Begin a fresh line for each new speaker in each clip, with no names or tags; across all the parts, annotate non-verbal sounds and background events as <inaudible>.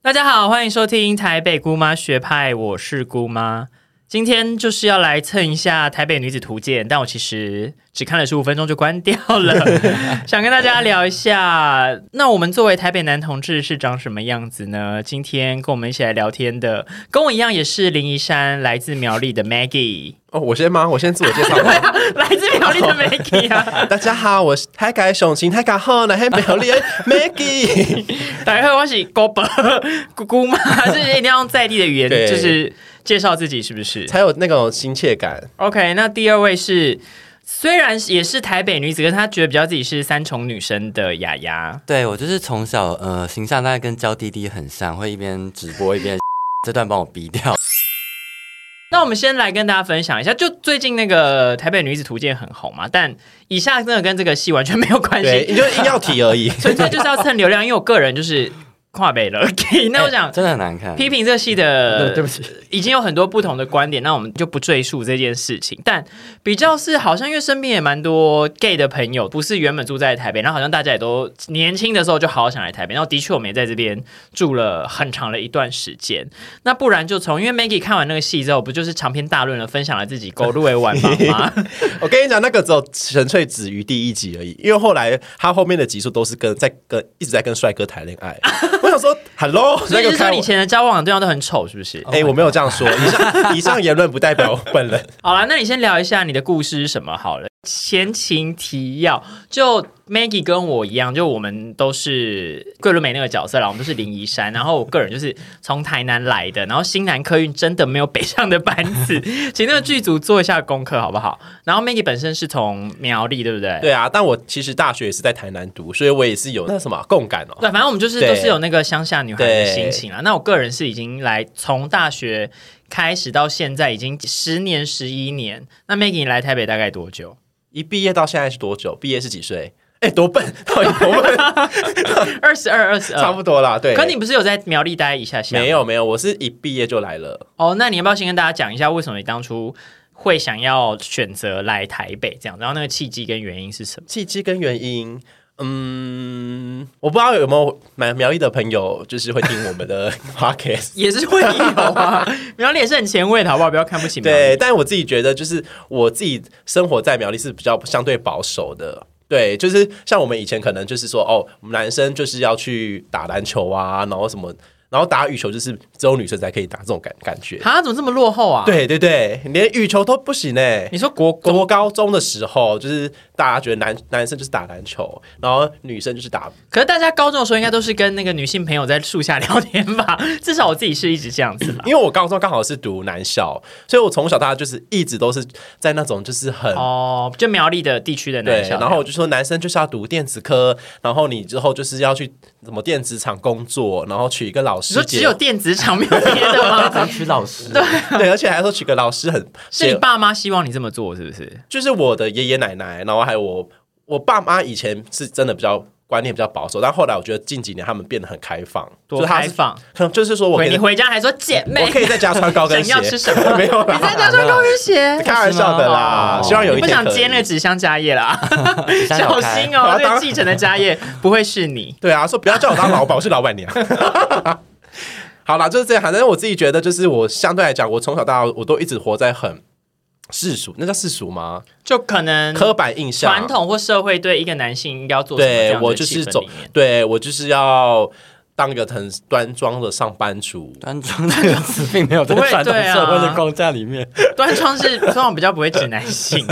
大家好，欢迎收听台北姑妈学派，我是姑妈。今天就是要来蹭一下《台北女子图鉴》，但我其实只看了十五分钟就关掉了。想跟大家聊一下，那我们作为台北男同志是长什么样子呢？今天跟我们一起来聊天的，跟我一样也是林怡山，来自苗栗的 Maggie，
哦，我先吗？我先自我介绍吧。
<laughs> 来自苗栗的 Maggie 啊。
大家好，我是泰改熊琴泰改后呢，还表
<laughs>
演 Maggie。
大家好，我是姑伯姑姑妈， <laughs> 就是一定要用在地的语言，
对
就是介绍自己，是不是
才有那种亲切感。
？OK，那第二位是。虽然也是台北女子，可是她觉得比较自己是三重女生的雅雅，
对我就是从小呃形象大概跟娇滴滴很像，会一边直播一边这段帮我逼掉。
那我们先来跟大家分享一下，就最近那个台北女子图鉴很红嘛，但以下真的跟这个戏完全没有关
对，
系，
你就硬要提而
<laughs>
已。
纯粹就是要蹭流量，因为我个人就是跨北了。OK，那我想、
真的很难看。
批评这戏的，
哎对不起，
已经有很多不同的观点，那我们就不赘述这件事情。但比较是好像因为身边也蛮多 gay 的朋友，不是原本住在台北，然后好像大家也都年轻的时候就好想来台北，然后的确我们也在这边住了很长的一段时间。那不然就从因为 Maggie 看完那个戏之后，不就是长篇大论的分享了自己勾入围玩房吗？
我跟你讲，那个只有纯粹止于第一集而已，因为后来他后面的集数都是跟在跟一直在跟帅哥谈恋
<laughs>
爱。我想说，Hello，
所
那
以就
个
是
开
说你
我
以。前的哦交往的对象都很丑，是不是？
哎、我没有这样说，以
<laughs>
上以上言论不代表本人。
好啦，那你先聊一下你的故事是什么好了。前情提要，就 Maggie 跟我一样，就我们都是桂纶镁那个角色啦，我们都是林依山。然后我个人就是从台南来的，然后新南客运真的没有北上的班次，请那个剧组做一下功课好不好？然后 Maggie 本身是从苗栗，对不对？
对啊，但我其实大学也是在台南读，所以我也是有那什么共感哦。
对，反正我们就是
对
都是有那个乡下女孩的心情啊。那我个人是已经来从大学开始到现在已经十年十一年。那 Maggie 你来台北大概多久？
一毕业到现在是多久？毕业是几岁？哎、多笨，到底多笨？
二十二，二十二，
差不多啦，对。
呃可你不是有在苗栗待一下下？
没。有没有，我是一毕业就来了。
哦，那你要不要先跟大家讲一下，为什么你当初会想要选择来台北这样？然后那个契机跟原因是什么？
契机跟原因，嗯，我不知道有没有苗苗栗的朋友，就是会听我们的 <laughs>
<laughs>
podcast。
也是会有啊， <laughs> 苗栗也是很前卫的，好不好？不要看不起苗栗。
对，但我自己觉得，就是我自己生活在苗栗是比较相对保守的。对，就是像我们以前可能就是说，哦，我们男生就是要去打篮球啊，然后什么，然后打羽球就是只有女生才可以打这种感感觉。
啊，怎么这么落后啊？，
对对对，连羽球都不行哎、
你说国国
国高中的时候，就是大家觉得男男生就是打篮球，然后女生就是打
可是大家高中的时候应该都是跟那个女性朋友在树下聊天吧？ <laughs> 至少我自己是一直这样子啦。
因为我高中刚好是读男校，所以我从小到大就是一直都是在那种就是很。
哦，就苗栗的地区的
对
男，校，
然后我就说男生就是要读电子科，然后你之后就是要去什么电子厂工作，然后娶一个老
你
师
说
结，
只有电子厂没有别的吗？
<laughs>
张曲老师，
对，而且还说娶个老师很
是你爸妈希望你这么做，是不是？
就是我的爷爷奶奶，然后还有我我爸妈以前是真的比较观念比较保守，但后来我觉得近几年他们变得很开放，
多
就是他
开
是
放！
可能就是说我可
回
以
你回家还说姐妹，
我可以在家穿高跟
<laughs>
鞋，
想要吃什么
<laughs> 没有啦，
在家穿高跟鞋，
<laughs> 开玩笑的啦
哦。
希望有一
你不
天
想
可以
接那个纸箱家业啦，
<laughs>
现在有
小
开
心哦，
好
这
当
个继承的家业不会是你。
对啊，说不要叫我当老板，我是老板娘。 <laughs> 好啦，就是这样。反正我自己觉得，就是我相对来讲，我从小到大我都一直活在很世俗，那叫世俗吗？
就可能
刻板印象。
传统或社会对一个男性应该要做什么这
对
样
我
的
就
气
是
氛
走
里面，
对我就是要当一个很端庄的上班族。
端庄这个词并没有在
不会
传统
对啊
社会的框架里面。
端庄是端庄比较不会指男性。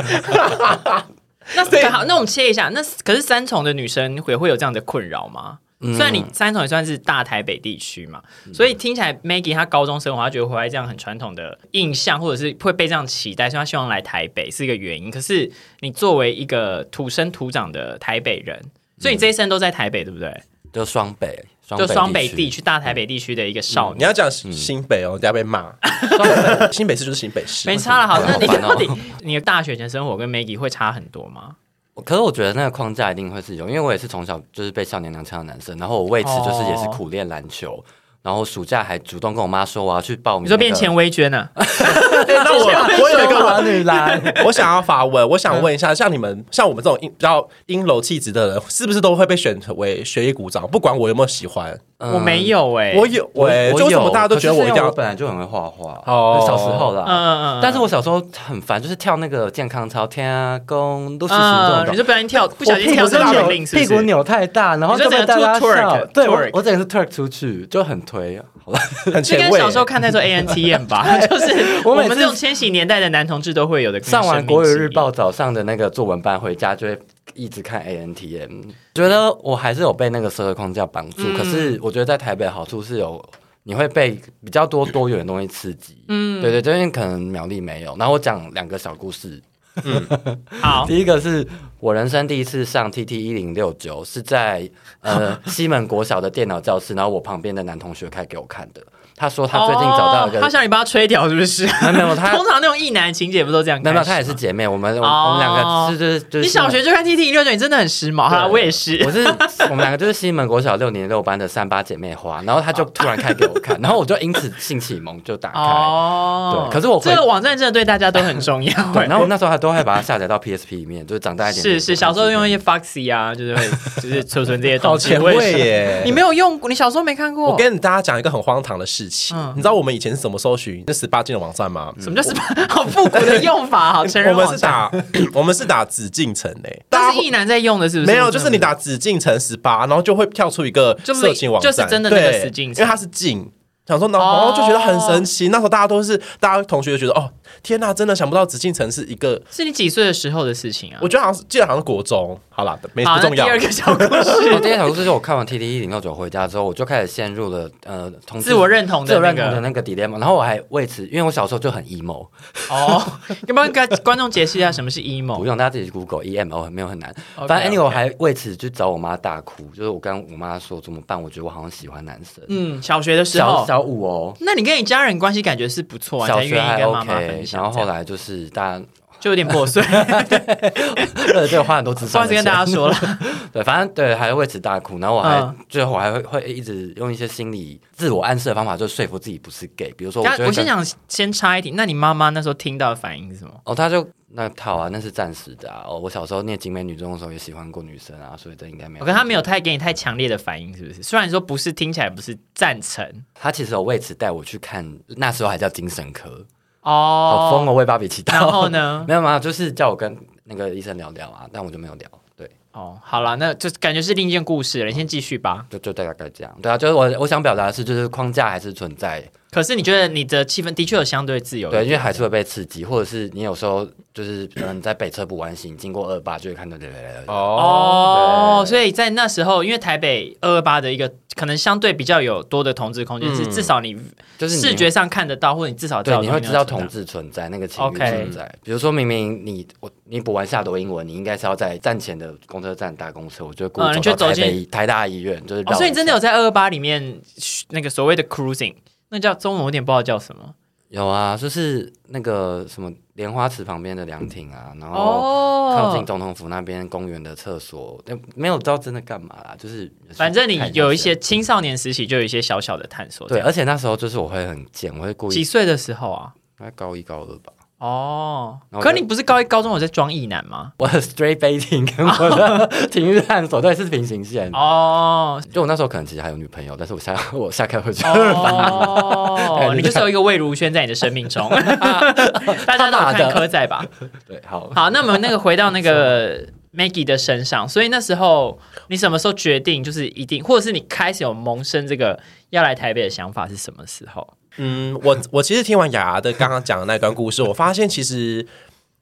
<laughs> 那好，那我们切一下。那可是三重的女生也会有这样的困扰吗？
嗯
虽然你三重也算是大台北地区嘛，所以听起来 Maggie 她高中生活，她觉得回来这样很传统的印象，或者是会被这样期待，所以她希望来台北是一个原因。可是你作为一个土生土长的台北人，所以你这一生都在台北，对不对？
就双北，嗯双
就
北
双北地
地区，嗯
区、大台北地区的一个少
你
年，
要讲新北哦，等下被
<laughs>
骂。新北市就是新北市，
没差了。好，那你
好烦哦
到底你 <laughs> 的大学前生活跟 Maggie 会差很多吗？
可是我觉得那个框架一定会是有，因为我也是从小就是被少年郎呛的男生，然后我为此就是也是苦练篮球。然后暑假还主动跟我妈说我要去报名、
你说变钱啊微捐
<laughs>
呢？
那我我有一个
个女篮，
<laughs> 我想要发问，我
嗯
想问一下，像你们像我们这种阴比较阴柔气质的人，是不是都会被选为学业鼓掌？不管我有没有喜欢，
嗯
我没。有哎，
我有，我就为什么大家都觉得
我
我一定
可是因为
要
我本来就很会画画，
哦
小时候啦。
嗯嗯嗯
但是我小时候很烦，就是跳那个健康操，天啊，公都是这
嗯，
种
你
的。
就不小心跳，不
我
小心
屁
跳
股
这
就
个
扭
命令，是不
屁股
是？
扭太大，然后
你就
就被
整个
大家
twerk，
笑。对，我
twerk
我整个是 twerk 出去，就很推。好了，
很
这
前
跟
卫。
小时候看太多 A N T 演吧，
<laughs>
就是
我
我
每
们
次
这种千禧年代的男同志都会有的。
上完《国语日报》早上的那个作文班回家，就会一直看 A N T M，觉嗯得我还是有被那个社会框架绑住。可是我觉得在台北的好处是有。你会被比较多多元的东西刺激，嗯，对对对，因为可能苗栗没有。然后我讲两个小故事，
好，
第一个是我人生第一次上 TT 一零六九，是在
<laughs>
呃西门国小的电脑教室，然后我旁边的男同学开给我看的。他说他最近找到一个，
哦他想你帮他吹掉是不是？
没有没有他
<laughs> 通常那种异男情节不都这样？
<laughs> 没有没有，他也是。姐妹，我们我们
哦
我们两个是就是就是
你
西门
小学就看 T T 六九，你真的很时髦哈！我也是
我，是我们两个就是西门国小六年六班的三八姐妹花，然后他就突然开给我
<laughs>
看，然后我就因此性启蒙就打开。
哦，
对可是我回
这个网站真的对大家都很
<laughs>
重要。
对，然后我们那时候还都会把它下载到 PSP 里面，就是长大一点
是是，小时候用一些 Foxy 啊，就是会就是储存这些东西。我也是
耶
你没有用过，你小时候没看过？
我跟大家讲一个很荒唐的事情，
嗯
你知道我们以前是怎么搜寻那十八禁的网站吗？
什么叫什么 <laughs> 好复古的用法？好成人
我们
网
是
站，
打 <coughs> 我们是打紫禁城诶，
但
大
是
家
异男在用的，是不是？
没有，
我
就
真
是
的
你打紫禁城十八，然后就会跳出一个
就是
色情网站，
就是真的那个
对
紫禁城
因为它是禁。想说，然后
哦
然后就觉得很神奇。那时候大家都是，大家同学就觉得，哦，天呐，真的想不到紫禁城是一个，
是你几岁的时候的事情啊？
我觉得好像是记得好像是国中，好啦，没
好，
不
那
重
第
要。
二个小故
<laughs>
事，
我第一条故事是我看完 T T 一零六九回家之后，我就开始陷入了呃同志
自我认同
自
的
我
那
认同的
个
那个 dilemma，然后我还为此，因为我小时候就很 emo，
哦，要不要跟观众解释一下什
<laughs>
么是
不
emo？
用大家自己去 Google E M O 很没有很难。
哦 OK，
反正
OK
anyway 我还为此去找我妈大哭，就是我跟我妈说怎么办，我觉得我好像喜欢男生，
嗯，小学的时
小
候，
小五哦，
那你跟你家人关系感觉是不错啊，
小
你才
学
愿
还
意跟妈妈分
OK，
享。
然后后
这样
来就是大家 <laughs>
就有点破
<laughs>
碎，
为了这个花很多智
不好
商
意思
的
跟
钱，
大家说了。
<laughs> 对，反正对，还为此大哭，然后我还、
嗯
最后我还会会一直用一些心理自我暗示的方法，就说服自己不是 gay，比如说我
但
就
我
会
先
跟
想先插一题，那你妈妈那时候听到的反应是什么？
哦，他就那套啊，那是暂时的啊。哦，我小时候念景美女中的时候也喜欢过女生啊，所以这应该没有。
我跟她没有，太给你太强烈的反应，是不是？虽然说不是听起来不是赞成
他其实有为此带我去看，那时候还叫精神科，好
哦，
疯哦，为芭比祈祷。
然后呢？
<laughs> 没有嘛，就是叫我跟那个医生聊聊啊，但我就没有聊。对，
哦，好了，那就感觉是另一件故事了，你先继续吧。
就就大概这样。对啊，就是我我想表达的是，就是框架还是存在，
可是你觉得你的气氛的确有相对自由一点，
对，因为还是会被刺激，或者是你有时候就是可能在北侧不弯行，经过二八就会看到对对对对
哦，
哦，
对
所以在那时候，因为台北二二八的一个可能相对比较有多的同志空间，是至少你
嗯就是你
视觉上看得到，或者你至少知
对，
道
你会知道
同
同
志
志存在，那个情欲
OK
存在。比如说明明你我你补完下多英文，你应该是要在站前的公车站搭公车，我就故
嗯
意
你
走
就
到
走
台北
进
医台大医院，就是绕
哦，所以你真的有
一圈
在二二八里面那个所谓的 cruising，那叫中文我有点不知道叫什么
有啊，就是那个什么莲花池旁边的凉亭啊，然后靠近
哦。
总统府那边公园的厕所，但没有知道真的干嘛啦，就是
反正你
看下
有一
去
些青少年时期就有一些小小的探索，
对，
这样
而且那时候就是我会很贱，我会故
几
意
岁的时候啊？
大概高一高二吧。 <laughs>
哦，
然后
可
就
你不是高一高中有在装异男吗？
我的 straight baiting 跟我的情欲探索对是平行线。
嗯 <laughs>
哦，
就我那时候可能其实还有女朋友，但是我下 <laughs> 我下课会去。
哦，
对
你就是有一个魏如萱在你的生命
<laughs>
中，大家都有看柯仔吧？
对，好，
好，那我们那个回到那
<laughs>
个 Maggie 的身上，所以那时候你什么时候决定就是一定，或者是你开始有萌生这个要来台北的想法是什么时候？
嗯，我我其实听完雅雅的刚刚讲的那段故事，我发现其实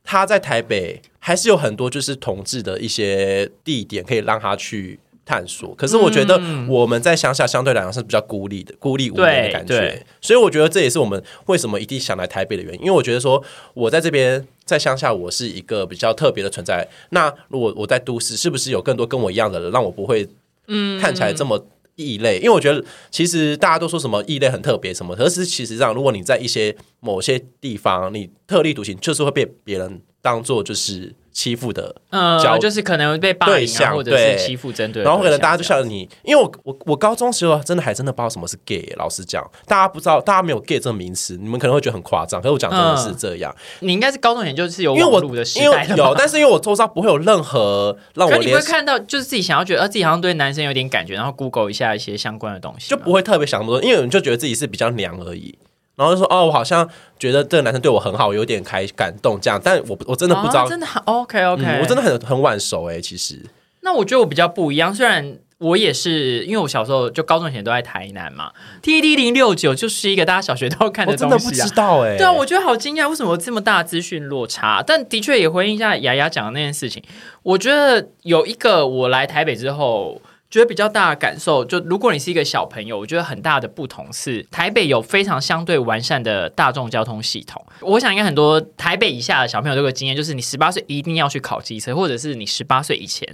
她在台北还是有很多就是同志的一些地点可以让她去探索。可是我觉得
嗯
我们在乡下相对来讲是比较孤立的、孤立无援的感
对
觉
对，
所以我觉得这也是我们为什么一定想来台北的原因。因为我觉得说我在这边在乡下，我是一个比较特别的存在。那如果我在都市，是不是有更多跟我一样的人，让我不会嗯看起来这么异类？因为我觉得其实大家都说什么异类很特别什么，可是其实上，如果你在一些某些地方，你特立独行，就是会被别人当做就是欺负的
呃
角，
就是可能被霸
对
凌啊，
象
或者是
对
欺负针对的对象这样，
然后可能大家就像你，因为我我我高中时候真的还真的不知道什么是 gay，老实讲，大家不知道，大家没有 gay 这个名词，你们可能会觉得很夸张，可是我讲真的是这样，
你应该是高中前就是有
因为我
嗯网络的时
因
代了
为
吧
有，但是因为我周遭不会有任何让我
可你会
联
看到，就是自己想要觉得，呃，自己好像对男生有点感觉，然后 Google 一下一些相关的东西
就
吗，
不会特别想那么多，因为你就觉得自己是比较娘而已。然后就说哦，我好像觉得这个男生对我很好，有点开感动这样，但我我真的不知道，
啊真的 OK OK，、
嗯，我真的很很晚熟哎、其实
那我觉得我比较不一样，虽然我也是，因为我小时候就高中前都在台南嘛，TD 零六九就是一个大家小学都要看
我
的
真的
东
不
西啊
知。道哎、
对啊，我觉得好惊讶，为什么有这么大的资讯落差？但的确也回应一下雅雅讲的那件事情，我觉得有一个我来台北之后。觉得比较大的感受，就如果你是一个小朋友，我觉得很大的不同是，台北有非常相对完善的大众交通系统。我想应该很多台北以下的小朋友都有个经验，就是你十八岁一定要去考机车，或者是你十八岁以前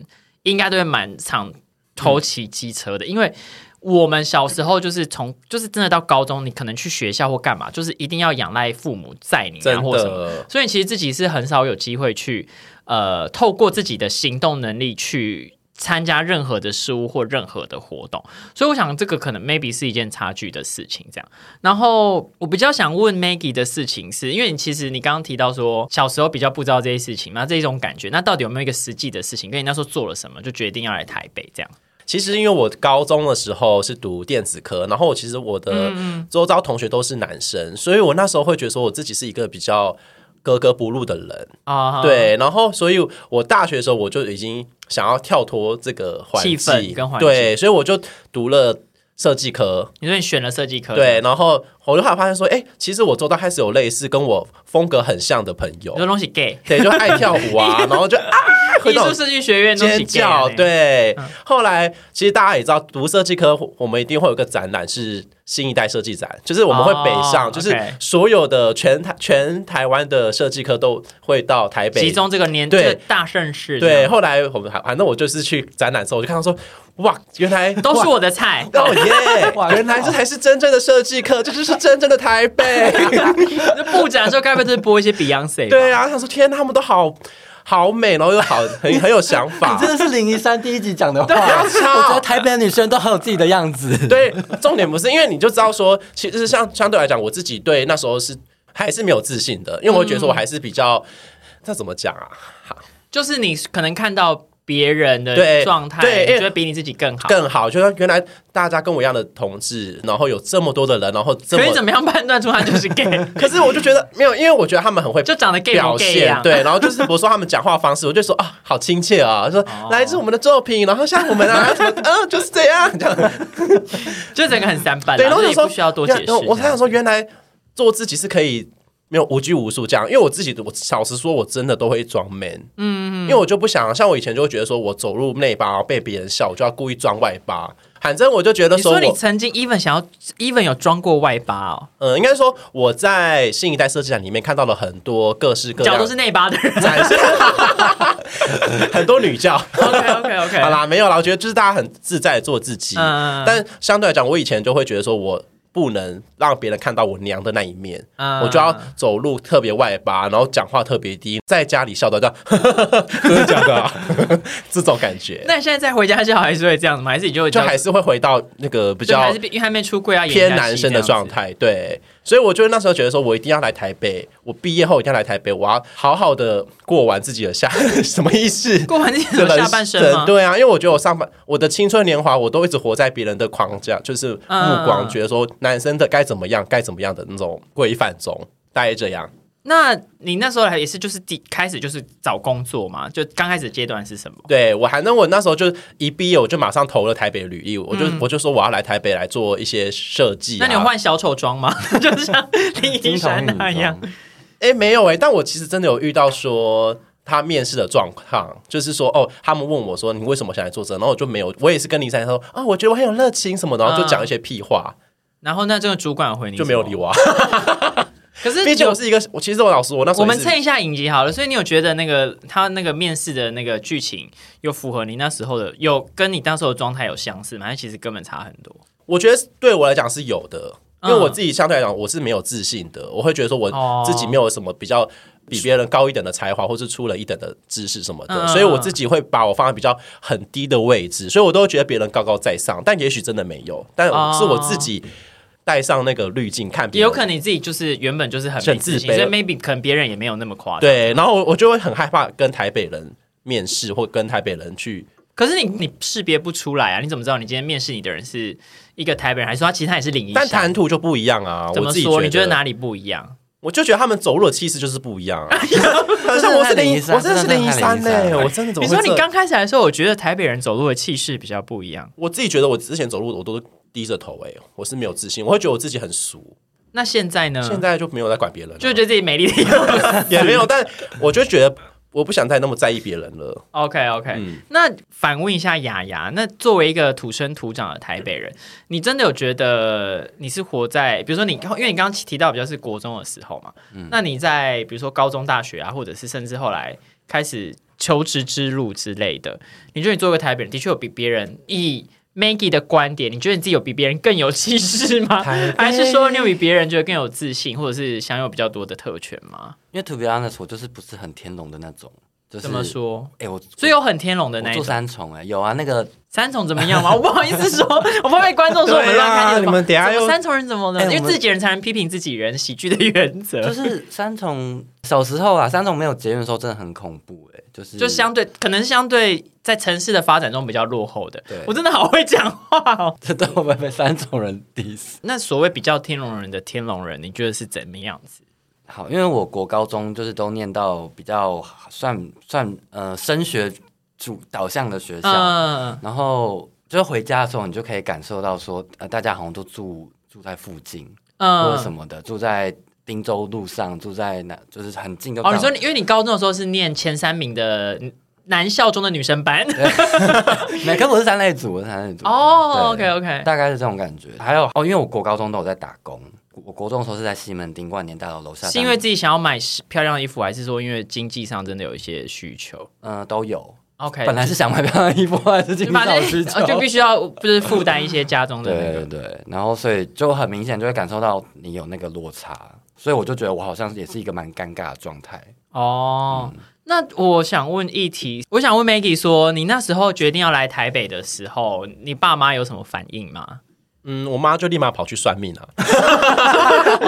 应该都会满场
嗯
偷骑机车的，因为我们小时候就是从就是真的到高中，你可能去学校或干嘛，就是一定要仰赖父母载你啊
真
或什么，
的，
所以其实自己是很少有机会去呃透过自己的行动能力去。参加任何的事物或任何的活动，所以我想这个可能 maybe 是一件差距的事情，这样。然后我比较想问 Maggie 的事情是，因为你其实你刚刚提到说小时候比较不知道这些事情，那这种感觉，那到底有没有一个实际的事情，跟你那时候做了什么，就决定要来台北这样？
其实因为我高中的时候是读电子科，然后我其实我
嗯
的周遭同学都是男生，所以我那时候会觉得说我自己是一个比较格格不入的人，
啊、
对，然后所以我大学的时候我就已经想要跳脱这个环
气
境
氛跟环境
对，所以我就读了设计科，
你说你选了设计科，
对，，然后我就后来发现说，哎、其实我周遭开始有类似跟我风格很像的朋友
你，说东西 gay，
<laughs> 对，就爱跳舞
<laughs>
啊，然后就啊，会
艺
那
术
种
设计学院东西 gay，
尖叫。
呢，
对，
嗯
后来其实大家也知道，读设计科我们一定会有一个展览是新一代设计展，就是我们会北上，
哦
就是
OK
所有的全台全台湾的设计科都会到台北
集中这个年
对
这个大盛世，
对，，后来我们还反正我就是去展览的时候，我就看到说，哇，原来
都是
哇
我的菜。<laughs>
哦耶！
哇
原来这才是真正的设计课，这就是真正的
<laughs>
台北。
那部长的时候，该不会就是播一些 Beyonce？吧
对，啊，他说天，他们都好好美，然后又好很很有想法
<laughs>
你。真的是林一山第一集讲的话，
要吵
我觉啊得台北的女生都很有自己的样子。
啊对，重点不是因为你就知道说，其实像相对来讲，我自己对那时候是还是没有自信的，因为我会觉得说
嗯
我还是比较。这怎么讲啊？
就是你可能看到别人的
对
状态，
对因为
你觉得比你自己更好。
更好，就是原来大家跟我一样的同志，然后有这么多的人，然后
可
这么
是你怎么样判断出他就是
<laughs>
gay？
可是我就觉得没有，因为我觉得他们很会
就长得 gay
表
模 gay 啊一
现
样，
对，然后就是比如说他们讲话方式，我就说啊，好亲切啊，说
哦
来自我们的作品，然后像我们啊，什么嗯，就是这样这样，
就整个很三板啦，
对，然后
所
我
以
想
不
说
需要多解释。
原我才想说，原来做自己是可以没有无拘无束这样，因为我自己我老实说，我真的都会装 man，嗯，因为我就不想像我以前就会觉得说我走入内八然后被别人笑，我就要故意装外八，反正我就觉得
你
说
说
我
你曾经 even 想要 even 有装过外八哦，
嗯，应该说我在新一代设计展里面看到了很多各式各
脚
样
都是内八的
<laughs>
人。
展示很多女教。
OK OK OK，
好啦，没有啦，我觉得就是大家很自在地做自己，
嗯，嗯，
但相对来讲，我以前就会觉得说我。不能让别人看到我娘的那一面，
嗯
我就要走路特别外八，然后讲话特别低，在家里笑到
<laughs>
这样，真的假的啊、这种感觉，
那你现在再回家之后还是会这样子吗？还是你就会
就
叫
还是会回到那个比
就
较
还是因为还没出柜啊，演一下
偏男生的
戏这样
状
子。
态。对，所以我就那时候觉得说，我一定要来台北，我毕业后一定要来台北，我要好好的过完自己的下， <laughs> 什么意思？
过完自己的下半身吗？
对啊，因为我觉得我上半我的青春年华，我都一直活在别人的框架，就是目光，
嗯
觉得说男生的该怎么样，该怎么样的那种规范中，大概这样。
那你那时候还也是就是第开始就是找工作嘛？就刚开始阶段是什么？
对我还能，我那时候就一毕业，我就马上投了台北履历，我就、我就说我要来台北来做一些设计、啊。
嗯那你有换小丑装吗？ <laughs> 就像林依
金童
山
玉
那
女
样
装。，
哎，没有哎、但我其实真的有遇到说他面试的状况，就是说哦，他们问我说你为什么想来做这，然后我就没有，我也是跟林珊珊说啊、我觉得我很有热情什么的，然后就讲一些屁话，
然后那这个主管回你
就没有
什
理
么。
我啊。
可是
毕竟
有
我是一个，我其实我老师，我那时候
嗯我们
也是
蹭一下影集好了，所以你有觉得那个他那个面试的那个剧情有符合你那时候的，有跟你那时候的状态有相似吗？还是其实根本差很多？
我觉得对我来讲是有的，因为我
嗯
自己相对来讲我是没有自信的，我会觉得说
哦
我自己没有什么比较比别人高一等的才华，或是出了一等的知识什么
嗯
的，所以我自己会把我放在比较很低的位置，所以我都会觉得别人高高在上，但也许真的没有，但
哦
是我自己戴上那个滤镜看别
也
人，
有可能你自己就是原本就是很没
很
自信，
自卑
所以 maybe 可能别人也没有那么夸张。
对，然后我我就会很害怕跟台北人面试，或跟台北人去
可是你你识别不出来啊，你怎么知道你今天面试你的人是一个台北人，还是说他其实他也是领一？
但谈吐就不一样啊。
怎
我
么
自己
说？你觉
觉
得哪里不一样？
我就觉得他们走路的气势就是不一样啊。 <laughs> 好像我是零一，
真的
我真的
太零一三
是零一三
真的太零
呢，
一三
我真的怎
你
么
说
会这？
你刚开始来的时候，我觉得台北人走路的气势比较不一样。
我自己觉得我之前走路我都低着头哎，我是没有自信，我会觉得我自己很俗。
那现在呢？
现在就没有在管别人了，
嗯就觉得自己美丽的样子。
<laughs> 也没有，但我就觉得我不想再那么在意别人了。
OK OK，、
嗯
那反问一下雅雅，那作为一个土生土长的台北人，你真的有觉得你是活在，比如说你，因为你刚刚提到比较是国中的时候嘛，
嗯
那你在比如说高中、大学啊，或者是甚至后来开始求职之路之类的，你觉得你作为一个台北人，的确有比别人以 Maggie 的观点，你觉得你自己有比别人更有气势吗？
<laughs> 台
还是说你有比别人觉得更有自信，或者是享有比较多的特权吗？
因为 to be honest，我就是不是很天龙的那种，就是
怎么？说？
哎、我
所以有很天龙的
我
那一
做
种。
三重哎、有啊，那个
三重怎么样嘛？ <laughs> 我不好意思说，我怕被观众说我们
对
乱
啊
开什么
你们等下
怎么
又
三重人怎么了？
哎
因为
我们
自己人才能批评自己人，喜剧的原则就
就
是
三重小时候啊，三重没有捷运的时候真的很恐怖哎、就是
相对可能相对在城市的发展中比较落后的
对。
我真的好会讲话哦
<laughs> 。这都会被三重人 diss。
那所谓比较天龙人的天龙人，你觉得是怎么样子？
好，因为我国高中就是都念到比较算算呃升学主导向的学校，
嗯，
然后就回家的时候，你就可以感受到说，呃，大家好像都住住在附近、或者什
嗯，
么的，住在汀州路上，住在那就是很近就到。
哦，你说你因为你高中的时候是念前三名的男校中的女生班
每科我是三类组，我是三类
<laughs>
组。
哦，OK
对
OK，
大概是这种感觉，还有哦，因为我国高中都有在打工，我国中的时候是在西门町万年大楼楼下当，
是因为自己想要买漂亮的衣服，还是说因为经济上真的有一些需求
嗯、呃都有，
？OK，
本来是想买漂亮衣服，还是经
反
常
正
需
哦
求，
就必须要就是负担一些家中的那
对对
个。
对，然后所以就很明显就会感受到你有那个落差，所以我就觉得我好像也是一个蛮尴尬的状态。
哦，那我想问一题，我想问 Maggie 说，你那时候决定要来台北的时候，你爸妈有什么反应
<laughs>
吗？
嗯，我妈就立马跑去算命啊，
好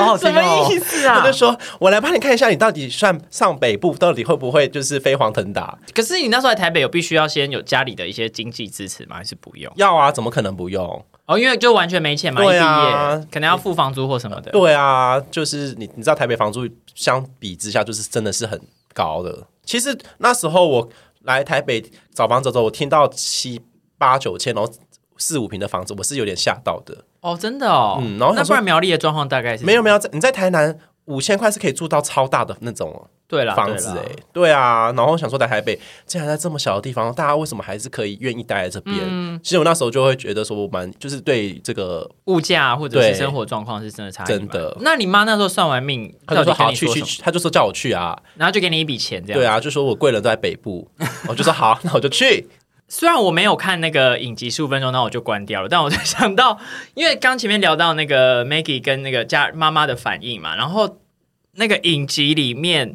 好听哦！
思
<laughs> 她就说：“我来帮你看一下，你到底算上北部到底会不会就是飞黄腾达？
可是你那时候来台北有必须要先有家里的一些经济支持吗？还是不用？
要啊，怎么可能不用？
哦，因为就完全没钱嘛，一毕
对啊
业可能要付房租或什么的。
对啊，就是你，你知道台北房租相比之下，就是真的是很高的。其实那时候我来台北找房子的时候，我听到七八九千，然后四五平的房子，我是有点吓到的。
哦，真的哦。
嗯然后
那
想说
不然苗栗的状况大概是
没有没
有，
有，在你在台南五千块是可以住到超大的那种
对了，
房
对
子哎、
啦
欸，对啊。然后想说在台北，竟然在这么小的地方，大家为什么还是可以愿意待在这边？
嗯
其实我那时候就会觉得说，我蛮就是对这个
物价啊或者是
对
生活状况是真的差异蛮
真的
那你妈那时候算完命，
他
到
就说
底跟
好
你
去
说
去，
什么
去他就说叫我去啊，
然后就给你一笔钱这样。
对啊，就说我贵人都在北 <laughs> 部，我就说好，那我就去。
虽然我没有看那个影集十五分钟，那我就关掉了。但我就想到，因为刚前面聊到那个 Maggie 跟那个家妈妈的反应嘛，然后那个影集里面，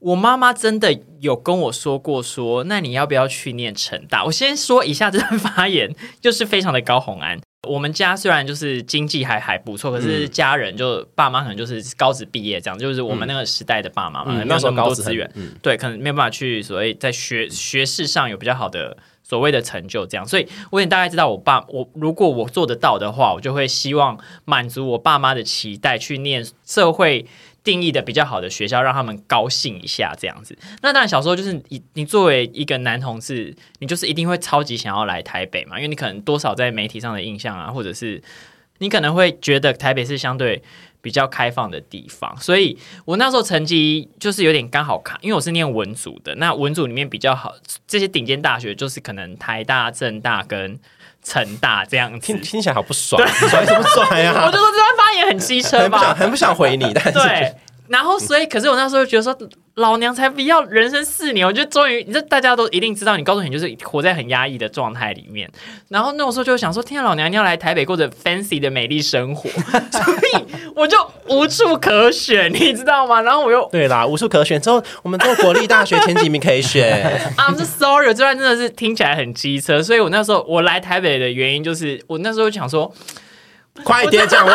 我妈妈真的有跟我说过说，那你要不要去念成大？我先说一下这段发言，就是非常的高红安。我们家虽然就是经济还还不错，可是家人就爸妈可能就是高职毕业这样，就是我们那个时代的爸妈嘛，
嗯
没有
那时候
么多
高职
资
很嗯
源，对，可能没有办法去所谓在学学识上有比较好的所谓的成就，这样，所以我也大概知道我爸，我如果我做得到的话，我就会希望满足我爸妈的期待，去念社会定义的比较好的学校，让他们高兴一下，这样子。那当然，小时候就是你，你作为一个男同志，你就是一定会超级想要来台北嘛，因为你可能多少在媒体上的印象啊，或者是你可能会觉得台北是相对比较开放的地方，所以我那时候成绩就是有点刚好卡，因为我是念文组的，那文组里面比较好，这些顶尖大学就是可能台大、政大跟成大这样子
听。听起来好不爽，拽什么拽 <laughs> 呀、
我就说这段发言很机车
很不
吧
想，很不想回你，但是
对。然后，所以，可是我那时候就觉得说，老娘才不要！人生四年，我觉得终于，这大家都一定知道，你高中你就是活在很压抑的状态里面。然后那种时候就会想说，天啊，老娘一定要来台北过着 fancy 的美丽生活， <laughs> 所以我就无处可选，你知道吗？然后我又
<laughs> 对啦，无数可选。之后我们做国立大学前几名可以 <laughs> 选，
I'm so sorry，我这段真的是听起来很机车，所以我那时候我来台北的原因就是，我那时候就想说，
快点讲完。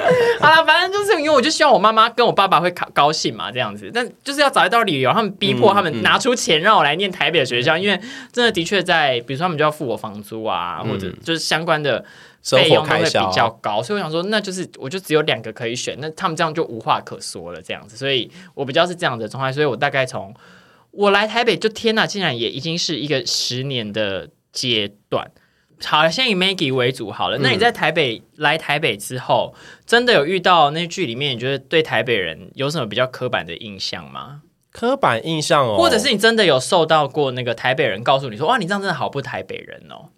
<laughs> 好了，反正就是因为我就希望我妈妈跟我爸爸会高高兴嘛，这样子，但就是要找一道理由，他们逼迫他们拿出钱让我来念台北的学校，因为真的的确在，比如说他们就要付我房租啊，或者就是相关的。
生
费
活
用都
开
会比
销
较高，所以我想说，那就是我就只有两个可以选，那他们这样就无话可说了，这样子，所以我比较是这样子的状态，所以我大概从我来台北就天呐，竟然也已经是一个十年的阶段。好了，先以 Maggie 为主好了。那
嗯
你在台北、来台北之后，真的有遇到那剧里面，你觉得对台北人有什么比较刻板的印象吗？
刻板印象哦，
或者是你真的有受到过那个台北人告诉你说，哇，你这样真的好不台北人哦？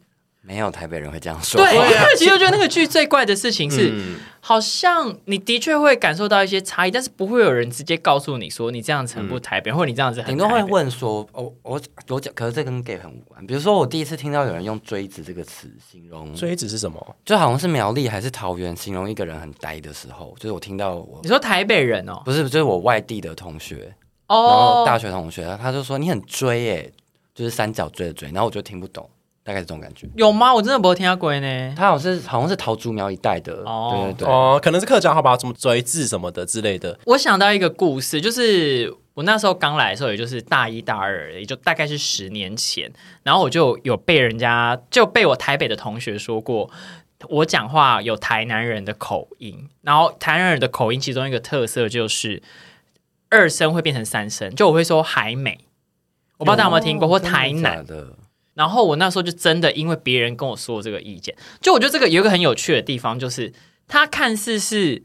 没有台北人会这样说
对，
话。
因为 <laughs> 其实我觉得那个剧最怪的事情是，
啊嗯
好像你的确会感受到一些差异，但是不会有人直接告诉你说你这样子很不台北，或者你这样子很
嗯顶
台
多
北
会问说，我我我讲，可是这跟 gay 很无关。比如说，我第一次听到有人用“锥子”这个词形容，
追子是什么？
就好像是苗栗还是桃园形容一个人很呆的时候，就是我听到我
你说台北人哦，
不是，就是我外地的同学，然
哦
后，大学同学，他就说你很追耶、就是三角锥的锥，然后我就听不懂，大概是这种感觉。
有吗？我真的没有听到过呢。
他好像是好像是桃竹苗一带的，
哦
对对对，
哦，可能是客家话吧，什么追字什么的之类的。
我想到一个故事，就是我那时候刚来的时候，也就是大一大二而已，也就大概是十年前，然后我就有被人家就被我台北的同学说过。我讲话有台南人的口音，然后台南人的口音其中一个特色就是二声会变成三声，就我会说海美，我不知道大家有没有听
嗯
过，或台南，
真的假的，
然后我那时候就真的因为别人跟我说这个意见，就我觉得这个有一个很有趣的地方，就是他看似是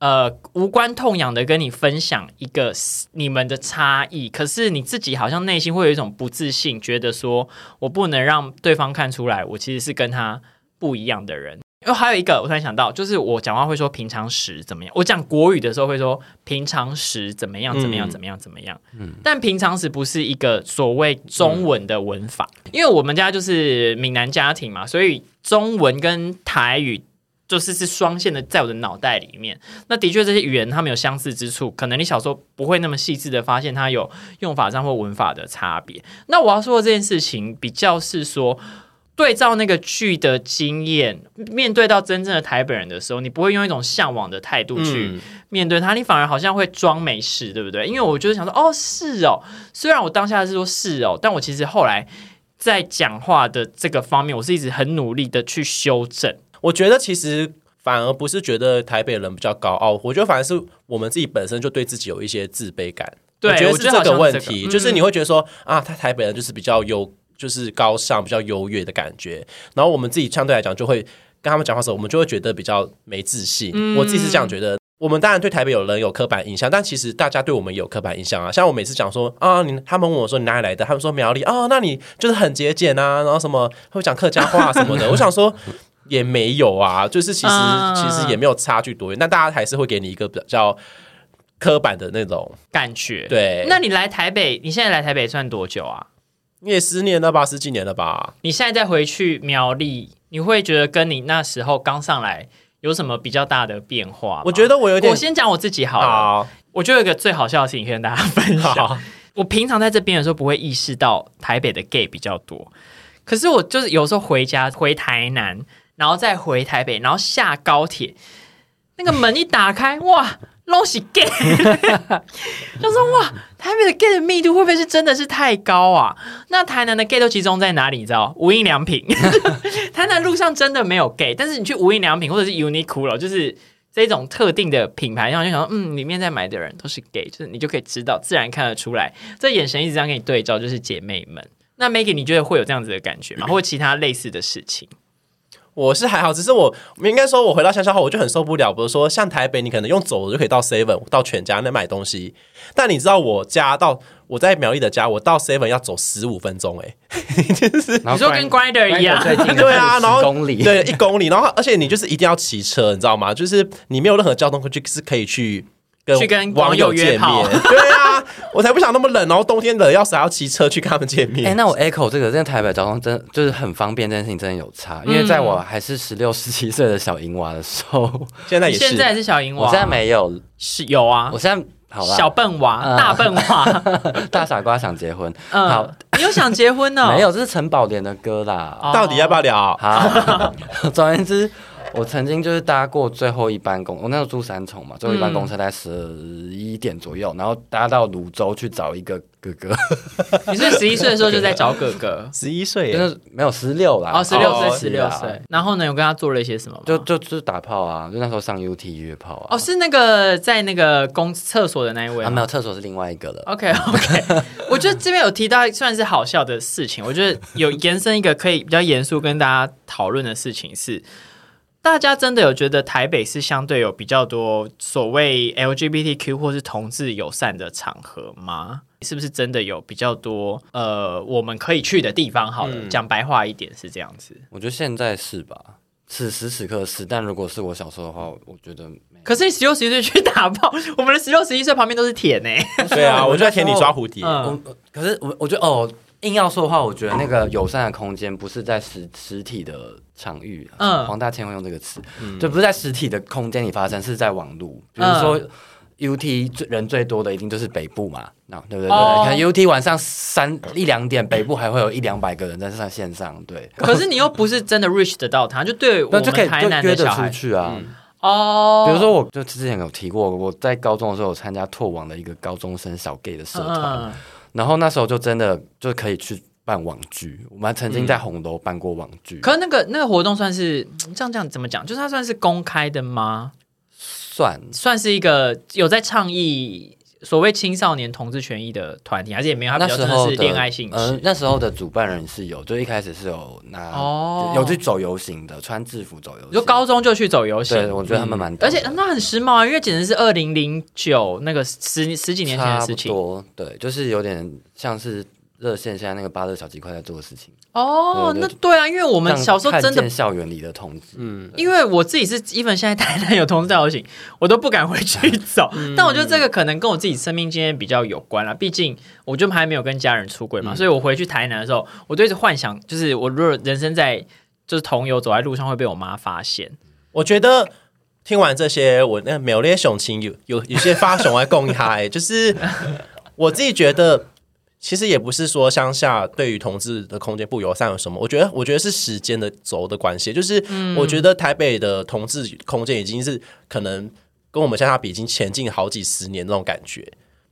呃无关痛痒的跟你分享一个 s- 你们的差异，可是你自己好像内心会有一种不自信，觉得说我不能让对方看出来我其实是跟他不一样的人。因为还有一个，我突然想到，就是我讲话会说平常时怎么样，我讲国语的时候会说平常时怎么样怎么样
嗯
怎么样怎么样，但平常时不是一个所谓中文的文法，因为我们家就是闽南家庭嘛，所以中文跟台语就是是双线的，在我的脑袋里面。那的确，这些语言它们有相似之处，可能你小时候不会那么细致的发现它有用法上或文法的差别。那我要说的这件事情，比较是说。对照那个剧的经验，面对到真正的台北人的时候，你不会用一种向往的态度去
嗯，
面对他，你反而好像会装没事，对不对？因为我就是想说，哦，是哦。虽然我当下是说是哦，但我其实后来在讲话的这个方面，我是一直很努力的去修正。
我觉得其实反而不是觉得台北人比较高傲，我觉得反而是我们自己本身就对自己有一些自卑感。
对
我觉得
我
是
觉得好像
个
是
问
这个
题，
嗯
就是你会觉得说啊，他台北人就是比较优，就是高尚、比较优越的感觉。然后我们自己相对来讲就会跟他们讲话的时候，我们就会觉得比较没自信。我自己是这样觉得。我们当然对台北有人有刻板印象，但其实大家对我们也有刻板印象啊。像我每次讲说啊，你他们问我说你哪里来的，他们说苗栗啊，那你就是很节俭啊，然后什么会讲客家话什么的。我想说也没有啊，就是其实、
嗯
其实也没有差距多远，但大家还是会给你一个比较刻板的那种。
感觉。，
对，
那你来台北，你现在来台北算多久啊？
你也十年了吧，十几年了吧？
你现在再回去苗栗，你会觉得跟你那时候刚上来有什么比较大的变化吗？
我觉得我有点
我先讲我自己好了。
好，
我就有一个最好笑的事情可以跟大家分享。我平常在这边的时候不会意识到台北的 gay 比较多，可是我就是有时候回家回台南，然后再回台北，然后下高铁，那个门一打开，哇，都是 gay，就说哇，台北的 gay 的密度会不会是真的是太高啊？那台南的 gay 都集中在哪里？你知道，无印良品， <laughs> 台南路上真的没有 gay，但是你去无印良品或者是 Uniqlo，就是这种特定的品牌，然后就想说，嗯，里面在买的人都是 gay，就是你就可以知道，自然看得出来，这眼神一直这样跟你对照，就是姐妹们。那 Maggie，你觉得会有这样子的感觉
嗯
吗？或者其他类似的事情？
我是还好，只是我应该说，我回到乡下后我就很受不了。比如说，像台北，你可能用走的就可以到 Seven、到全家那买东西，但你知道我家到我在苗栗的家，我到 Seven 要走十五分钟、欸，
<laughs>
然后
你说
Grind-
跟 Grinder 一样
Grind 最近的
对啊，然后
10公里，
对，一公里，然后而且你就是一定要骑车，你知道吗？就是你没有任何交通工具是可以去跟
去跟
网
网友
友见
约炮
面， <laughs> 对啊，我才不想那么冷，然后冬天冷要死还要骑车去跟他们见
哎、
面。
那我 echo 这个，真的台北交通真就是很方便，这件事情真的有差。
嗯
因为在我还是十六、十七岁的小银娃的时候，
现在也是
现在是小银
我
娃，
现在没有，
是有啊
我，现在好
小
啦，
笨娃、
嗯
大笨娃，
大傻瓜想结婚， <laughs> 好
嗯，你有想结婚呢？
没，有，这是陈宝莲的歌啦。
哦
到底要不要聊？，
好， <laughs> 总而言之，我曾经就是搭过最后一班公，我那时候住三重嘛，最后一班公车在十一点左右，然后搭到泸州去找一个哥哥，
你是十一岁的时
<laughs>
候就在找哥哥
十一岁耶
就，是没有十六啦，
哦，十六岁，
哦
十
是
六
啦
岁，。然后呢，有跟他做了一些什么吗？
就就就是打炮啊，就那时候上 UT 约炮啊。
哦，是那个在那个公厕所的那一位
啊，没
吗
有厕所是另外一个了。
OK OK，我
<laughs>
觉得这边有提到算是好笑的事情，我觉得有延伸一个可以比较严肃跟大家讨论的事情是，大家真的有觉得台北是相对有比较多所谓 LGBTQ 或是同志友善的场合吗？是不是真的有比较多呃我们可以去的地方？好了，
嗯
讲白话一点是这样子。
我觉得现在是吧？此时此刻是，但如果是我小时候的话，我我觉得没有。
可是你十六十一岁去打炮，我们的十六十一岁旁边都是欸铁呢、
对啊，我就在田里抓蝴蝶。
嗯
我我可是我我觉得哦，硬要说的话，我觉得那个友善的空间不是在实实体的场域，
嗯
嗯，黄大千会用这个词，就不是在实体的空间里发生，是在网络，比
嗯
如说。UT 最人最多的一定就是北部嘛，那、对不对？
哦
可能 UT 晚上三一两点，北部还会有一两百个人在上线上，对，
可是你又不是真的 reach 得到他，就对我
那
们
就可以
台
就
南
约
的
得
小
出
孩
去啊。
哦。
比如说，我就之前有提过，我在高中的时候有参加拓网的一个高中生小 gay 的社团，
嗯
然后那时候就真的就可以去办网剧，我们还曾经在红楼办过网剧，
嗯可是那个那个活动算是嗯这样这样怎么讲？就是它算是公开的吗？
算
算是一个有在倡议所谓青少年同志权益的团体，还是也没有？它
那
比较
时
真的
候
是
的
恋爱性质。
呃，那时候的主办人是有，就一开始是有拿、
哦
有去走游行的，穿制服走游
你
行，
说高中就去走游
对，
行，
我觉得他们蛮懂的、
而且那很时髦啊，因为简直是二零零九那个十十几年前的
差
事
不
情
多，对，就是有点像是热线现在那个巴乐小鸡块在做的事情，
哦。
对
那
对
对啊，因为我
我
们小时候真的
校园里的同志，嗯，
因为我自己是，even 现在台南有同志大游行，我都不敢回去走。但我觉得这个可能跟我自己生命经验比较有关啦，毕竟我就还没有跟家人出轨嘛，所以我回去台南的时候，我就一直幻想，就是我如果人生在就是同游走在路上会被我妈发现，
我觉得听完这些，我那没有那些熊情有有有些发熊来共开、
<laughs>
就是我自己觉得，其实也不是说乡下对于同志的空间不友善有什么，我觉得我觉得是时间的轴的关系，就是
嗯
我觉得台北的同志空间已经是可能跟我们乡下比已经前进好几十年那种感觉。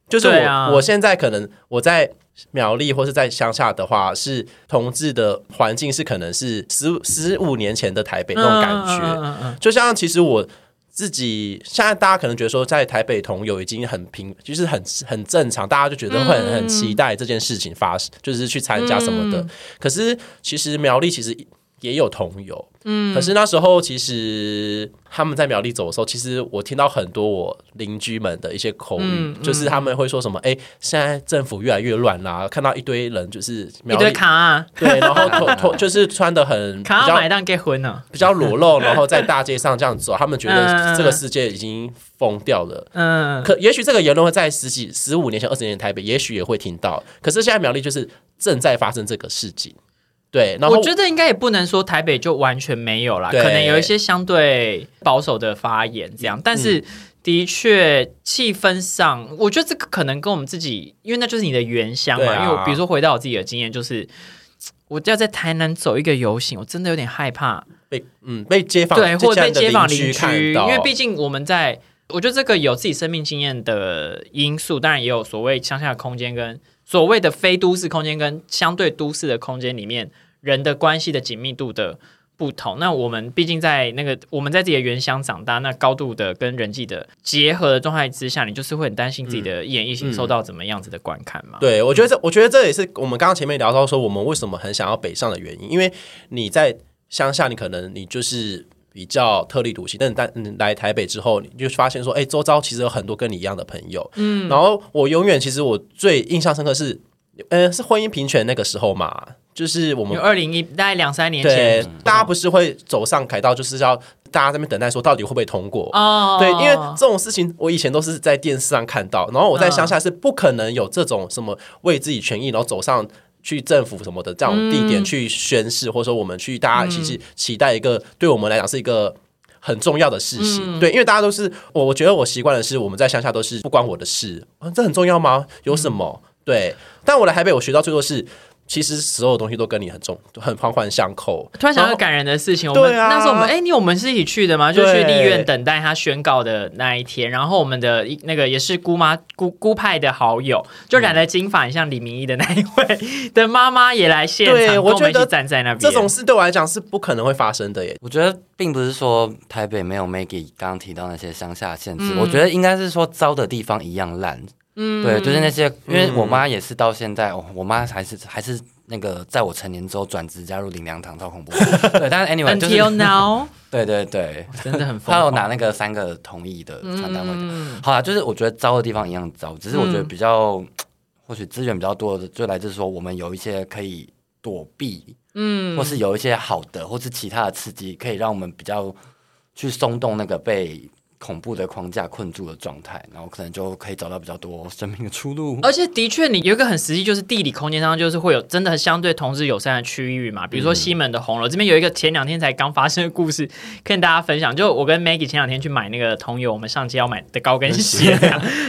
就是我、
对啊
我现在可能我在苗栗或是在乡下的话，是同志的环境是可能是十十五年前的台北那种感觉，
嗯嗯嗯嗯嗯
就像其实我自己现在大家可能觉得说，在台北同游已经很平，就是很很正常，大家就觉得会很很期待这件事情发生，就是去参加什么
嗯
的。可是其实苗栗其实也有同游，嗯，可是那时候其实他们在苗栗走的时候，其实我听到很多我邻居们的一些口语，
嗯嗯
就是他们会说什么，哎、现在政府越来越乱啦，看到一堆人就是
一
苗
堆
栗。
卡啊，
对，然后脱脱就是穿的很比
卡
较
要买单结婚啊呢、
比较裸露，然后在大街上这样走，他们觉
嗯嗯嗯
得这个世界已经疯掉了。
嗯，
可也许这个言论会在十几、十五年前、二十年前台北，也许也会听到。可是现在苗栗就是正在发生这个事情，对。然后
我觉得应该也不能说台北就完全没有啦，
对嗯
可能有一些相对保守的发言这样，但是的确气氛上，我觉得这个可能跟我们自己，因为那就是你的原乡嘛。
对啊
因为我比如说回到我自己的经验，就是我要在台南走一个游行，我真的有点害怕，
被嗯被街坊
对，或者被街坊
邻
邻居，
看
因
到，
为毕竟我们在，我觉得这个有自己生命经验的因素，当然也有所谓乡下的空间跟所谓的非都市空间跟相对都市的空间里面人的关系的紧密度的不同。那我们毕竟在那个我们在自己的原乡长大，那高度的跟人际的结合的状态之下，你就是会很担心自己的一言一行受到怎么样子的观看嘛？
嗯对，我觉得这，我觉得这也是我们刚刚前面聊到说，我们为什么很想要北上的原因，因为你在乡下，你可能你就是比较特立独行，但你但你来台北之后，你就发现说，哎，周遭其实有很多跟你一样的朋友，嗯，然后我永远其实我最印象深刻是，呃，是婚姻平权那个时候嘛，就是我
因
们
为二零一大概两三年前
对，大家不是会走上凯道，就是要大家在那边等待说到底会不会通过。
哦，
对，因为这种事情我以前都是在电视上看到，然后我在乡下是不可能有这种什么为自己权益，然后走上去政府什么的这种地点去宣誓，或者说我们去大家一起期待一个对我们来讲是一个。很重要的事情，对，因为大家都是我，我觉得我习惯的是我们在乡下都是不关我的事，啊、这很重要吗？有什么？对，但我来台北，我学到最多是，其实所有东西都跟你很重，很环环相扣。
突然想到
后
感人的事情，我们、
对啊
那时候我们哎、你我们是一起去的吗？就去
对
立院等待他宣告的那一天。然后我们的一那个也是姑妈姑姑派的好友，就染了金发，很像李明义的那一位 <laughs> 的妈妈也来现场，
对
跟
我
我们一
觉
起
得
站在那边。
这种事对我来讲是不可能会发生的耶。
我觉得并不是说台北没有 Maggie 刚刚提到那些乡下限制，
嗯
我觉得应该是说招的地方一样烂。
嗯
对，就是那些，因为我妈也是到现在，哦、我妈还是还是那个，在我成年之后转职加入林良堂，超恐怖。 <laughs> 对，但是 anyway 就
until
是，
now
对对对，
真
<laughs>
的很疯
她有
狂。
拿那个三个同意的传单回去。
嗯
好啦，就是我觉得招的地方一样招，只是我觉得比较、或许资源比较多的，就来自说我们有一些可以躲避，
嗯
或是有一些好的，或是其他的刺激，可以让我们比较去松动那个被恐怖的框架困住的状态，然后可能就可以找到比较多生命的出路。
而且的确，你有一个很实际，就是地理空间上就是会有真的相对同志友善的区域嘛，比如说西门的红楼、这边有一个前两天才刚发生的故事，跟大家分享。就我跟 Maggie 前两天去买那个同友，我们上街要买的高跟鞋，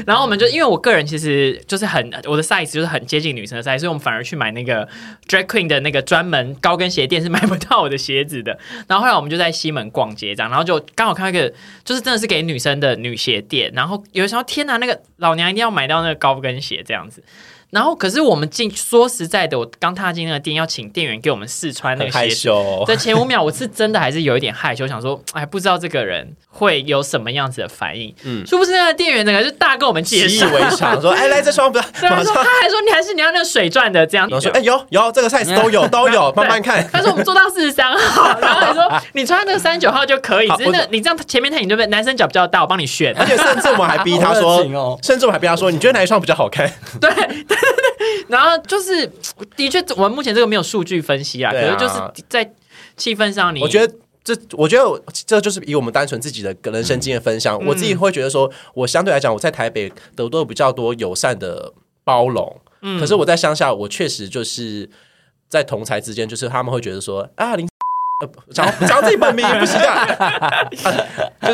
然后我们就因为我个人其实就是很我的 size 就是很接近女生的 size，所以我们反而去买那个 drag queen 的那个专门高跟鞋店是买不到我的鞋子的。 <laughs> 然后后来我们就在西门逛街这样，然后就刚好看到一个就是真的是给女生的女鞋店，然后有时候天哪，那个老娘一定要买到那个高跟鞋这样子。然后可是我们进，说实在的，我刚踏进那个店，要请店员给我们试穿那
很
个鞋
害
子，
羞，
在前五秒，我是真的还是有一点害羞，想说，哎，不知道这个人会有什么样子的反应。嗯，
嗯
殊不知那个店员整个就大跟我们介
习以
绍，
为常，说哎来这双不要，
<laughs> 对，啊他
马
说
上，
他还说你还是你要那个水钻的这样，
然后说哎有有这个 size
嗯
都有都有，慢
<laughs>
慢看。
他说我们做到四十三号，然后还说你穿那个三十九号就可以，
好
只是那
我啊
你这样前面太你对不对？男生脚比较大，我帮你选。
而且甚至我们还逼他
好
说
热情哦，
甚至我们还逼他说，你觉得哪一双比较好看？
对对对对，然后就是的确，我们目前这个没有数据分析啊，可
对
是
啊
就是在气氛上你，
我觉得。这我觉得我这就是以我们单纯自己的个人生经验分享，
嗯
我自己会觉得说，我相对来讲我在台北得到比较多友善的包容，
嗯
可是我在乡下，我确实就是在同才之间，就是他们会觉得说啊林 <laughs> 呃不讲讲自己本名不是这样，啊就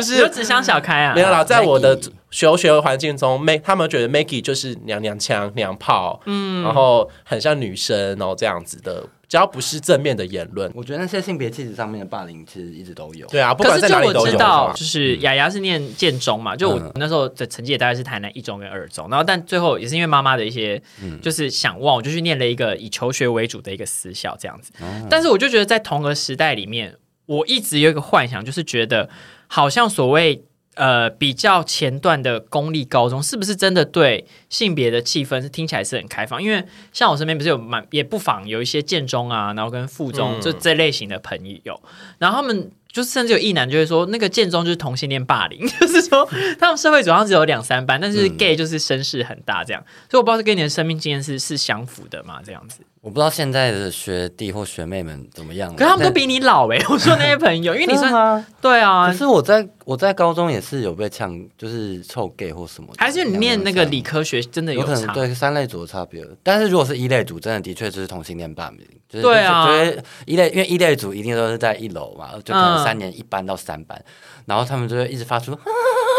你就是只想小开啊
没，有啦，在我的
Maggie
求学环境中，Mag 他们觉得 Maggie 就是娘娘腔、娘炮，嗯，然后很像女生，然后这样子的，只要不是正面的言论，
<laughs> 我觉得那些性别气质上面的霸凌其实一直都有。
对啊，不
可
管
是
在
就
哪里都
我
有啊嗯
知
嘛
道，。就是雅雅是念建中嘛，就我那时候的成绩也大概是台南一中跟二中，然后但最后也是因为妈妈的一些
嗯
就是想望，我就去念了一个以求学为主的一个私校这样子。
哦
但是我就觉得在同个时代里面，我一直有一个幻想，就是觉得好像所谓。呃，比较前段的公立高中是不是真的对性别的气氛是听起来是很开放？因为像我身边不是有蛮也不妨有一些建中啊，然后跟附中、
嗯
就这类型的朋友，然后他们就是甚至有异男就会说，那个建中就是同性恋霸凌， <laughs> 就是说他们社会主要只有两三班，但是 gay 就是声势很大这样。所以我不知道这跟你的生命经验是是相符的嘛？这样子，
我不知道现在的学弟或学妹们怎么样了，
可是他们都
但
比你老哎、我说那些朋友，因为你
真的
算
吗？
对啊
可，是我在我在高中也是有被呛，就是臭 gay 或什么的，
还是你念那个理
科
科学真的
有可能
差？
对三类组的差别。但是如果是一类组，真的的确就是同性恋霸凌，就是
对啊
就是一类因为一类组一定都是在一楼嘛，就可
嗯
能三年一班到三班，然后他们就会一直发出啊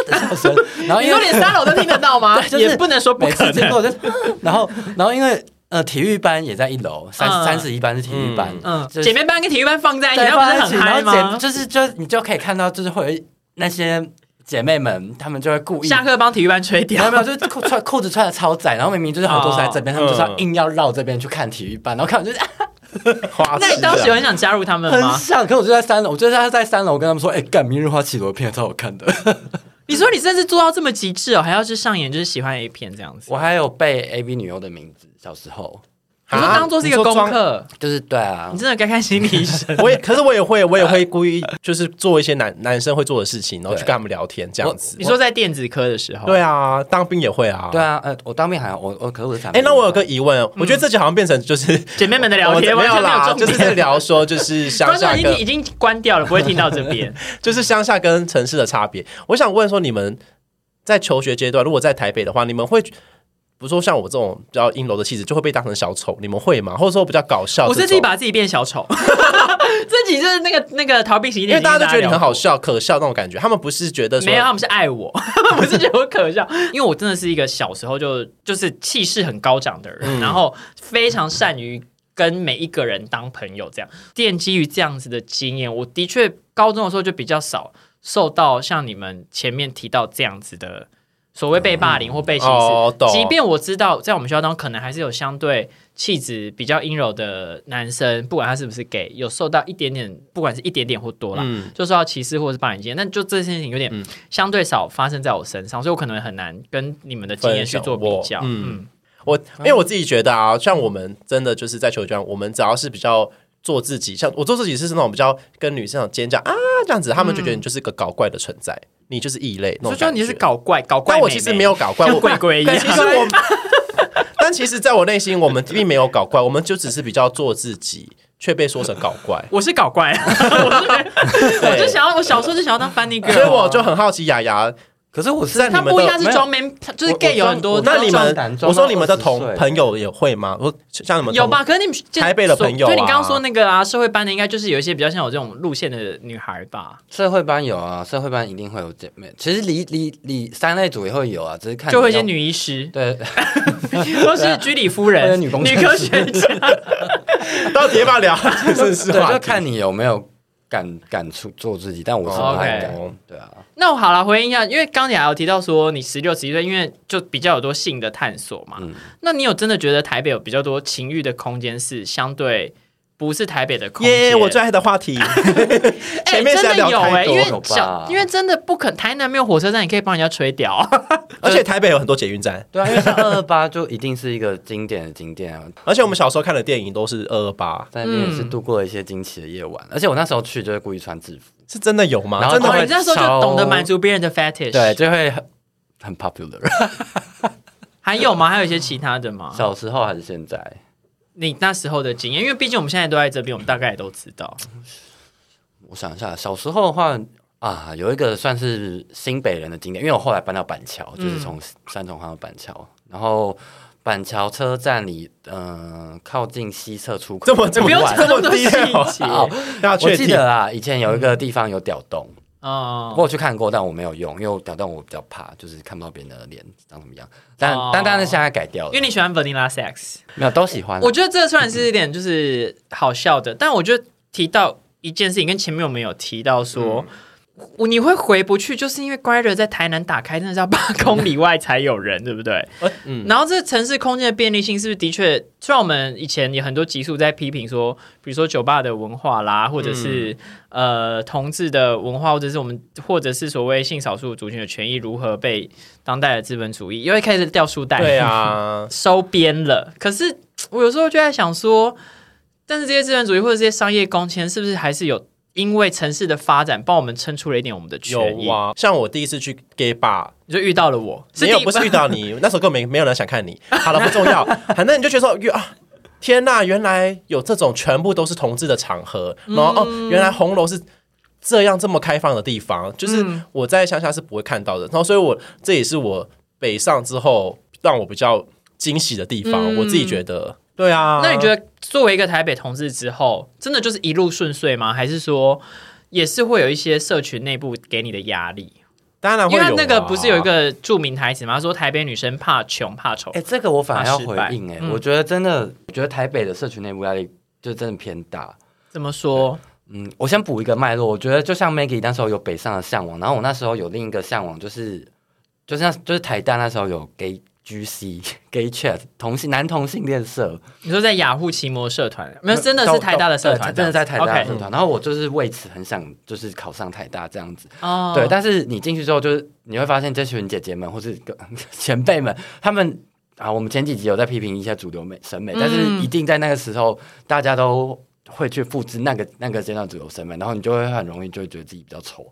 的笑声，
<laughs>
然后
你
因
说
为
连三楼都听得到吗
对？就是
也不能说不
每
可
次经
能。
过我就，然后然后因为呃体育班也在一楼，三
嗯
三十一班是体育班，
嗯，
就是
姐妹班跟体育班放在一起，
对
哎那
放在
不
一
是
起
很嗨
然后
吗
姐？就是就你就可以看到，就是会有一那些姐妹们，她们就会故意
下课帮体育班吹
没有
掉
没，有，就是裤穿裤子穿的超窄，然后明明就是好多
哦
是在这边，他们就是要
嗯
硬要绕这边去看体育班，然后看我就是、啊、
花
<laughs> 那你
痴
当时有
啊
很想加入他们
很
嗯吗？
像，可我就在三楼，我就是在三楼跟他们说，哎、干明日花绮罗片超好 <laughs> 看的，
你说你甚至做到这么极致哦，还要去上演就是喜欢 A 片这样子。
我还有背 A V 女优的名字，小时候
你就当做是一个
你说
功
装
课，
就是对啊
你，真的该看心理医
<laughs>
生。<laughs>
啊我也，可是我也会，我也会故意就是做一些男男生会做的事情，然后去跟他们聊天这样子
你。说在电子科的时候，
对啊，当兵也会啊。
对。啊，呃，我当面还我我可是我是产
哎，那我有个
个
疑问，我觉得这集好像变成就是
姐妹们的
我
嗯聊
们
天
没有啦，
完全
就
没有重
是
点。
在聊说就是乡
观众
下
已
跟
经已经关掉了，不会听到这边。
就是乡下跟城市的差别。我想问说，你们在求学阶段，如果在台北的话，你们会比如说像我这种比较阴柔的气质，就会被当成小丑，你们会吗？或者说比较搞笑这
我
种？
是自己把自己变小丑， <laughs> 自己就是那个那个逃避型，
因为大家都觉得你很好。笑、可笑那种感觉，他们不是觉得说
没有，他们是爱我， <laughs> 他们不是觉得我可笑，因为我真的是一个小时候就就是气势很高涨的人，
嗯
然后非常善于跟每一个人当朋友，这样奠基于这样子的经验，我的确高中的时候就比较少受到像你们前面提到这样子的所谓被霸凌或被歧视，
哦，懂。
即便我知道在我们学校当中，可能还是有相对气质比较阴柔的男生，不管他是不是 gay，有受到一点点，不管是一点点或多啦，
嗯
就受到歧视或者是霸凌经验，但就这件事情有点相对少发生在我身上，所以我可能很难跟你们的经验去做比
分
较
享。
嗯，
我我因为我自己觉得啊，像我们真的就是在球圈，我们只要是比较做自己，像我做自己是那种比较跟女生那种尖叫啊这样子，他们就觉得你就是个搞怪的存在，你就是异类那
嗯所
种
以说
感觉。
你是搞怪，搞怪
但
妹妹，
我其实没有搞怪，
像
我
鬼鬼一
但
样
其实我， <laughs> 但其实在我内心，我们并没有搞怪，我们就只是比较做自己，却被说成搞怪。
我是搞怪， <laughs> 我是我就想要，我小时候就想要当 funny girl，
所以我就很好奇，雅雅
可是我是
在你
他
们
不一样
的。
是装 man，他就是 gay 有很多
我，
那你
装
们
胆，装
我说
到
你们的
20
同
岁
朋友也会吗？我像你们
有
同
吧？可是你们就是
台北的朋友啊
所就你刚刚说那个啊，社会班的应该就是有一些比较像我这种路线的女孩吧，
社会班有啊，社会班一定会有姐妹，其实理理理三类组也会有啊，只是看
就会有一些
哦
你
女医师，
要对
<laughs>
或是居里夫
或者
人、
女工程师
科学家。
<laughs>
<laughs>
到底要不要聊？ <laughs> 真是
<laughs> 对，
话
就
题。
看你有没有敢敢出做自己，但我是不太敢。
哦
对啊，
那我好了，回应一下，因为刚才还有提到说你十六、十七岁，因为就比较有多性的探索嘛。
嗯
那你有真的觉得台北有比较多情欲的空间是相对不是台北的空间？
耶，我最爱的
<laughs>
话题。
哎
前面是在
真的
聊
有
太
哎、因
多
为
有吧
小因为真的不肯，台南没有火车站，你可以帮人家吹屌啊。
而且台北有很多捷运站，
对啊，因为像二二八就一定是一个经典的景点啊，
而且我们小时候看的电影都是二二八，
在那边也是度过了一些惊奇的夜晚，而且我那时候去就会故意穿制服，
是真的有吗
然？后
真
<laughs>
的
哦，
会
你那时候就
超
懂得满足别人的 fetish。
对，，就会很很 popular。
还有吗？还有一些其他的吗？
<laughs> 小时候还是现在，
你那时候的经验，因为毕竟我们现在都在这边，我们大概也都知道。
我想一下，小时候的话啊，有一个算是新北人的景点，因为我后来搬到板桥，就是从三重搬到板桥，然后板桥车站里，嗯、靠近西侧出口，
这么 <laughs> 这
不
么
用
晚
讲
这
那么
么
多
低调
细节
好要
我
确
记
定
得啊，以前有一个地方有屌洞，
<laughs>
啊
哦，
我有去看过，但我没有用，因为我屌洞我比较怕，就是看不到别人的脸长什么样。但、
哦
但但是现在改掉了，
因为你喜欢 vanilla sex，
嗯
没有都喜欢啊、
我觉得这虽然是一点就是好笑的，但我觉得提到一件事情，跟前面我们有提到说。
嗯
我你会回不去，就是因为 Grider 在台南打开，真的是要八公里外才有人，对不对？
呃嗯
然后这城市空间的便利性是不是的确？虽然我们以前也很多集数在批评说，比如说酒吧的文化啦，或者是、
嗯
呃同志的文化，或者是我们或者是所谓性少数族群的权益如何被当代的资本主义，因为开始掉书袋，
对啊，
<laughs> 收编了。可是我有时候就在想说，但是这些资本主义或者这些商业工签，是不是还是有因为城市的发展帮我们撑出了一点我们的权益
有？啊。像我第一次去 gay bar，
你就遇到了我，
没有
第一
不是遇到你， <laughs> 那时候根本没没有人想看你。好了，不重要，反正你就觉得说，哟啊，天呐，原来有这种全部都是同志的场合，然后、
嗯
哦，原来红楼是。这样这么开放的地方，就是
嗯
我在乡下是不会看到的。然后，所以我这也是我北上之后让我比较惊喜的地方。我自己觉得，对啊。
嗯那你觉得作为一个台北同志之后，真的就是一路顺遂吗？还是说也是会有一些社群内部给你的压力？
当然会
因
有、
为
啊，
他那个不是有一个著名台词吗？他说台北女生怕穷怕丑
哎、，这个我反而要
怕失
回
败
应哎、
嗯
我觉得真的，我觉得台北的社群内部压力就真的偏大。
怎么说？
嗯，我先补一个脉络，我觉得就像 Maggie 那时候有北上的向往，然后我那时候有另一个向往，就是就像就是台大那时候有 gay GC <laughs> gay chat 同性男同性恋社，
你说在雅虎奇摩社团，没有真的是台大的社团，
对真的在台大嗯的
OK
社团。然后我就是为此很想就是考上台大这样子，
哦，
<laughs> 对。但是你进去之后，就是你会发现这群姐姐们或是个前辈们，他们。啊，我们前几集有在批评一下主流美审美，但是一定在那个时候，大家都会去复制那个那个阶段主流审美，然后你就会很容易就会觉得自己比较丑。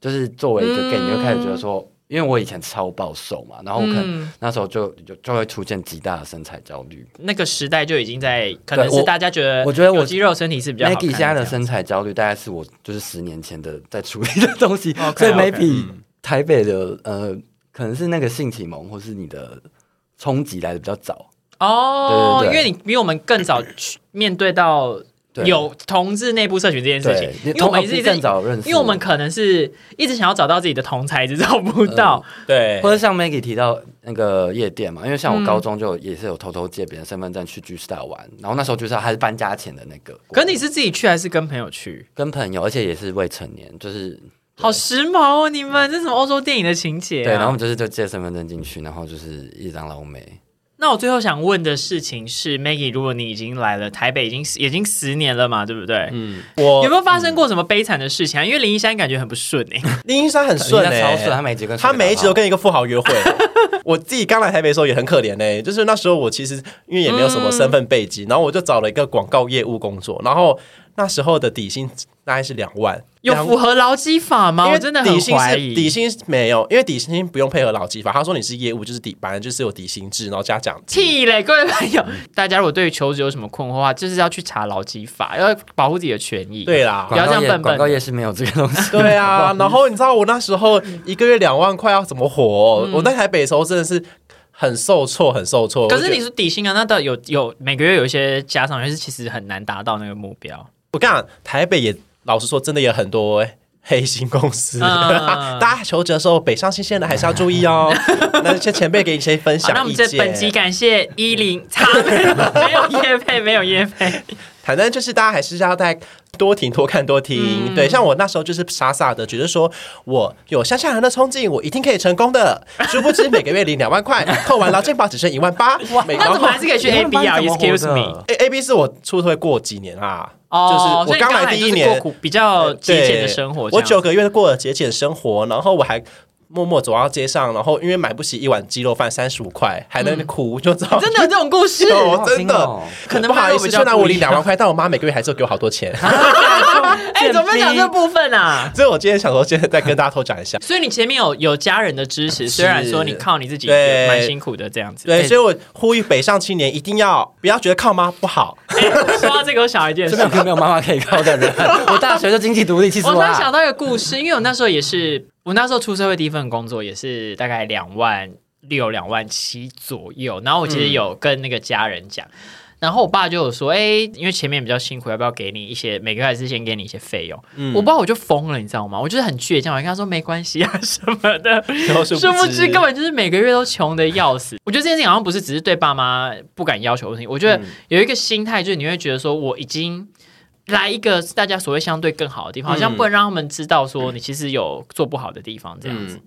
就是作为一个 gay，、你会开始觉得说，因为我以前超暴瘦嘛，然后我可能那时候就就就会出现极大的身材焦虑。
那个时代就已经在，可能
对
是
我
大家觉得，
我觉得我
肌肉身体是比较好看
Maggie 现在
的这
的
样。
身材焦虑，大概是我就是十年前的在处理的东西
OK，
所以
OK，
maybe 台北的呃，可能是那个性启蒙或是你的冲击来的比较早。
哦，
对对对
因为你比我们更早去面对到
对
有同志内部社群这件事
对，
情，
你
因为我们
同
一直一直
更早认识，
因为我们可能是一直想要找到自己的同才，一直找
嗯
不到。
对
或，者像 Maggie 提到那个夜店嘛，因为像
嗯
我高中就有也是有偷偷借别人身份证去 G Star 玩，然后那时候 G Star 还是搬家前的那个，
可你是自己去还是跟朋友去？
跟朋友，而且也是未成年，就是
好时髦哦！你们这是什么欧洲电影的情节、啊？
对，然后我们就是就借身份证进去，然后就是一张老美，
那我最后想问的事情是，Maggie，如果你已经来了台北，已经已经十年了嘛，对不对？
嗯，我
有没有发生过什么悲惨的事情啊？因为林一山感觉很不顺哎、
林一山很顺
人
哎、
欸
家超顺，他每集跟
他每一集都
跟
跟一个富豪约会。 <laughs> 我自己刚来台北的时候也很可怜呢、就是那时候我其实因为也没有
嗯
什么身份背景，然后我就找了一个广告业务工作，然后那时候的底薪大概是两万，
有
两
符合劳基法吗？
因
我
为
真的
底
很
薪
怀
是
疑。
底薪没有，因为底薪不用配合劳基法，他说你是业务就是底，反正就是有底薪制，然后加奖金。
屁嘞，各位朋友，大家如果对于求职有什么困惑的话，就是要去查劳基法，要保护自己的权益。
对啦
不，要这样笨笨的
广告业是没有这个东
<laughs>
<laughs>
西，
对啊，然后你知道我那时候一个月两万块要怎么活哦、
嗯
我在台北的时候真的是很受挫，很受挫。
可
我
是
觉得
你是底薪啊，那到底有有每个月有一些加上，就是其实很难达到那个目标。
我跟你讲，台北也老实说，真的也很多、欸黑心公
嗯
司，<laughs> 大家求职的时候，北上新鲜的还是要注意哦。
<laughs>
那些前辈给你一些分
好，那
享
我们
意
这
见。
本集感谢一零，差 <laughs> 没有没有业配，没有业 <laughs> 配。
反正就是大家还是要再多听、多看、多听。
嗯
对，像我那时候就是傻傻的，觉得说我有乡下人的冲劲，我一定可以成功的。殊不知每个月领两
<laughs>
万块，扣完劳健保只剩一万八。每
那怎
然后
么还是可以去 A B 啊？Excuse me，
A A B 是我出社会过几年啊？
哦，
就是
所
我
以你
刚来
来
第一
就是
年，
过苦比较节
呃对
俭的生活这
我
样。
九个月过了节俭生活，然后我还默默走到街上，然后因为买不起一碗鸡肉饭三十五块，还在那边哭，就知道
真的 <laughs> 有这种故事，
有
好
真
听
的
哦。
嗯可能
不好意
卖肉
思，
比较啊
虽然我领
不一样
两万块，但我妈每个月还是有给我好多钱。 <laughs>
哎，怎么没有讲这部分啊？
所以我今天想说，现在再跟大家偷讲一下。
所以你前面有有家人的支持，虽然说你靠你自己
对
蛮辛苦的这样子。
对，
哎
所以我呼吁北上青年一定要不要觉得靠妈不好，
哎说到这个，我想到一件
这
事
没。有没有妈妈可以靠
<laughs>
的人，我大学就经济独立，气死
我
我啊
突然想
了。
到一个故事，因为我那时候也是，我那时候出社会第一份工作也是大概两万六、两万七左右，然后我其实有跟那个家人讲。然后我爸就有说，哎、因为前面比较辛苦，要不要给你一些每个月还是先给你一些费用？
嗯
我不知道，我就疯了，你知道吗？我就是很倔强，我跟他说没关系啊什么的，
然后殊
殊不知
知
根本就是每个月都穷的要死。我觉得这件事情好像不是只是对爸妈不敢要求的事情，我
嗯
觉得有一个心态就是你会觉得说我已经。来一个大家所谓相对更好的
嗯
地方，好像不能让他们知道说你其实有做不好的地方这
嗯
样子。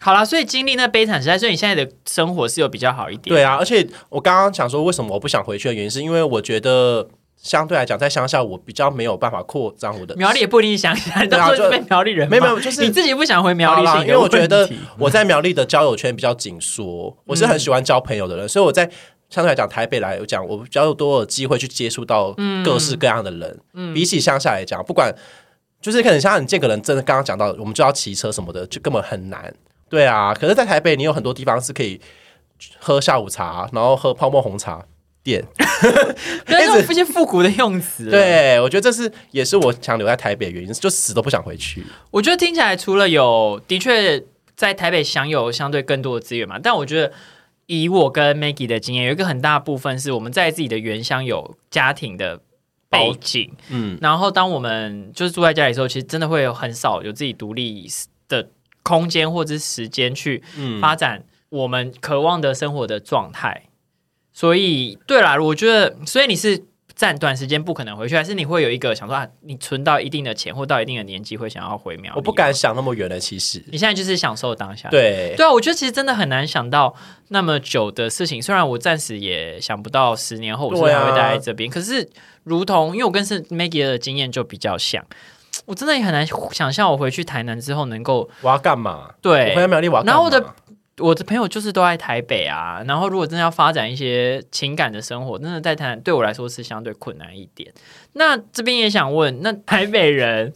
好啦，所以经历那悲惨时代，所以你现在的生活是有比较好一点。
对啊，而且我刚刚想说，为什么我不想回去的原因，是因为我觉得相对来讲，在乡下我比较没有办法扩张我的
苗栗也不一定想想，你到时候
对
就
啊
被苗栗人骂
没有没有就是
你自己不想回苗
好
栗
啦
是你的问
因
题，
为我觉得我在苗栗的交友圈比较紧缩，我是很喜欢交朋友的人，所以我在相对来讲台北来讲，我比较多的机会去接触到各式各样的人。比起乡下来讲，不管就是可能乡下你见个人，真的刚刚讲到，我们就要骑车什么的，就根本很难。对啊，可是，在台北你有很多地方是可以喝下午茶，然后喝泡沫红茶店。
跟
一直
用一些复古的用词。，啊
对，我觉得这是也是我想留在台北的原因，就死都不想回去。
我觉得听起来除了有的确在台北享有相对更多的资源嘛，但我觉得以我跟 Maggie 的经验，有一个很大部分是我们在自己的原乡有家庭的。背景，
嗯，
然后当我们就是住在家里的时候，其实真的会有很少有自己独立的空间或者是时间去
嗯
发展我们渴望的生活的状态。所以，对啦，我觉得，所以你是暂短时间不可能回去，还是你会有一个想说啊，你存到一定的钱或到一定的年纪会想要回苗栗？
我不敢想那么远了，其实。
你现在就是享受当下。
对，
对啊，我觉得其实真的很难想到那么久的事情。虽然我暂时也想不到十年后我是不是
对
还
啊
会待在这边，可是如同因为我跟是 Maggie 的经验就比较像，我真的也很难想象我回去台南之后能够
我要干嘛？我
对
回来苗栗我要干嘛
然后我的我的朋友就是都在台北啊，然后如果真的要发展一些情感的生活，真的在台南对我来说是相对困难一点。那这边也想问，那台北人，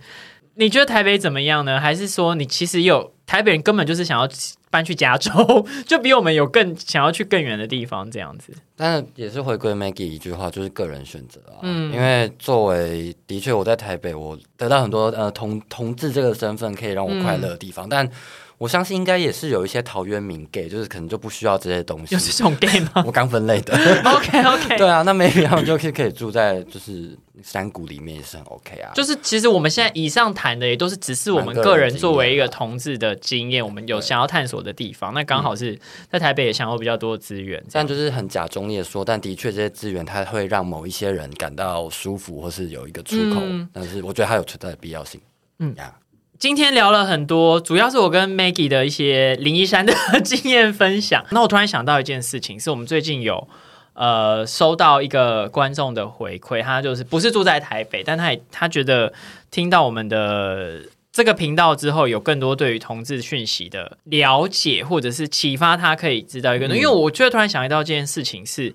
你觉得台北怎么样呢？还是说你其实有台北人根本就是想要搬去加州， <laughs> 就比我们有更想要去更远的地方这样子？
但是也是回归 Maggie 一句话，就是个人选择啊。嗯，因为作为的确我在台北，我得到很多呃同同志这个身份可以让我快乐的地
嗯
方，但我相信应该也是有一些陶渊明 gay，就是可能就不需要这些东
有这
西。
种 gay 吗
我刚分类
<laughs>
的，
？OK OK，
对啊，那 maybe 他们就可以可以住在就是山谷里面也是很 OK 啊。
就是其实我们现在以上谈的也都是只是我们个人作为一个同志的经验，我们有想要探索的地方。那刚好是在台北也享有比较多的资源，这
这
样
样就是很假中立的说，但的确这些资源它会让某一些人感到舒服，或是有一个出口，
嗯
但是我觉得它有存在的必要性。
嗯
嗯呀，
今天聊了很多，主要是我跟 Maggie 的一些林一山的经验分享。那我突然想到一件事情，是我们最近有呃收到一个观众的回馈，他就是不是住在台北，但他也他觉得听到我们的。这个频道之后有更多对于同志讯息的了解，或者是启发他可以知道一个，因为我觉得突然想到这件事情是，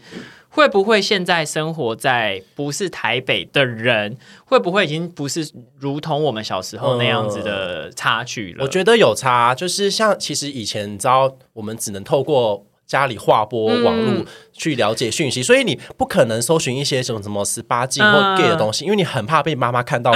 会不会现在生活在不是台北的人，会不会已经不是如同我们小时候那样子的差距了？
我觉得有差，就是像其实以前你知道，我们只能透过。家里划拨
嗯
网络去了解讯息，所以你不可能搜寻一些什么什么十八禁或
嗯
gay 的东西，因为你很怕被妈
<laughs>
妈看到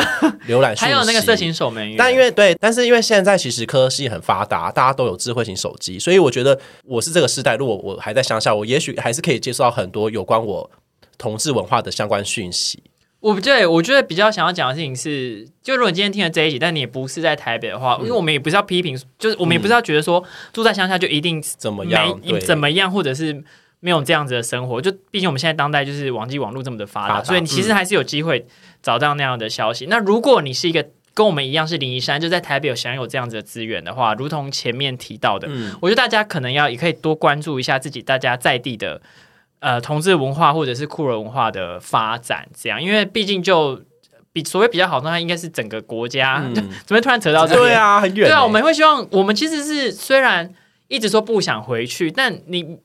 浏览讯息。
还有那个色情守门员，
但因为对，但是因为现在其实科技很发达，大家都有智慧型手机，所以我觉得我是这个时代，如果我还在乡下，我也许还是可以接触到很多有关我同志文化的相关讯息。
我不对，我觉得比较想要讲的事情是，就如果你今天听了这一集，但你也不是在台北的
嗯
话，因为我们也不是要批评，就是我们也不是要觉得说住在乡下就一定
怎么样
没
嗯对
怎么样，或者是没有这样子的生活。就毕竟我们现在当代就是网际网络这么的发
发
达，
达
所以你其实还是有机会找到那样的消息。那如果你是一个跟我们一样是林一山，就在台北有享有这样子的资源的话，如同前面提到的，
嗯，
我觉得大家可能要也可以多关注一下自己大家在地的呃同志文化或者是酷儿文化的发展，这样，因为毕竟就比所谓比较好，那应该是整个国家。
嗯
<laughs> 怎么突然扯啊到这边？
对啊，很远欸、
对啊，我们会希望，我们其实是虽然一直说不想回去，但你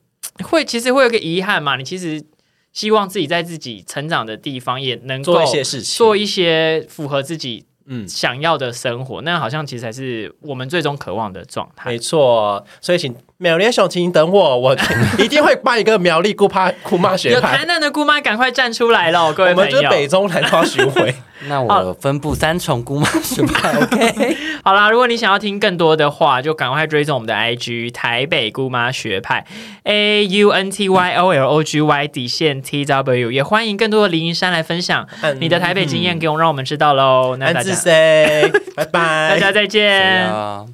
会其实会有个遗憾嘛，你其实希望自己在自己成长的地方也能够
做一些事情，
做一些符合自己
嗯。
想要的生活，那好像其实才是我们最终渴望的状态。
没错，所以请苗栗熊，请等我，我一定会办一个苗栗姑怕姑妈学
有台
派，
南的姑妈赶快站出来了，各
我
位
们
朋
就是
友。
北中南都要巡回。
那我分布三重姑妈 <laughs> 学派 OK，
好啦，如果你想要听更多的话，就赶快追踪我们的 IG 台北姑妈学派 A U N T Y O L O G Y 底线 T W，也欢迎更多的林云山来分享
嗯
<laughs> 你的台北经验，给我们让我们知道喽。那大
安
家
志 C，拜拜，
<laughs> 大家再
对
见。
啊。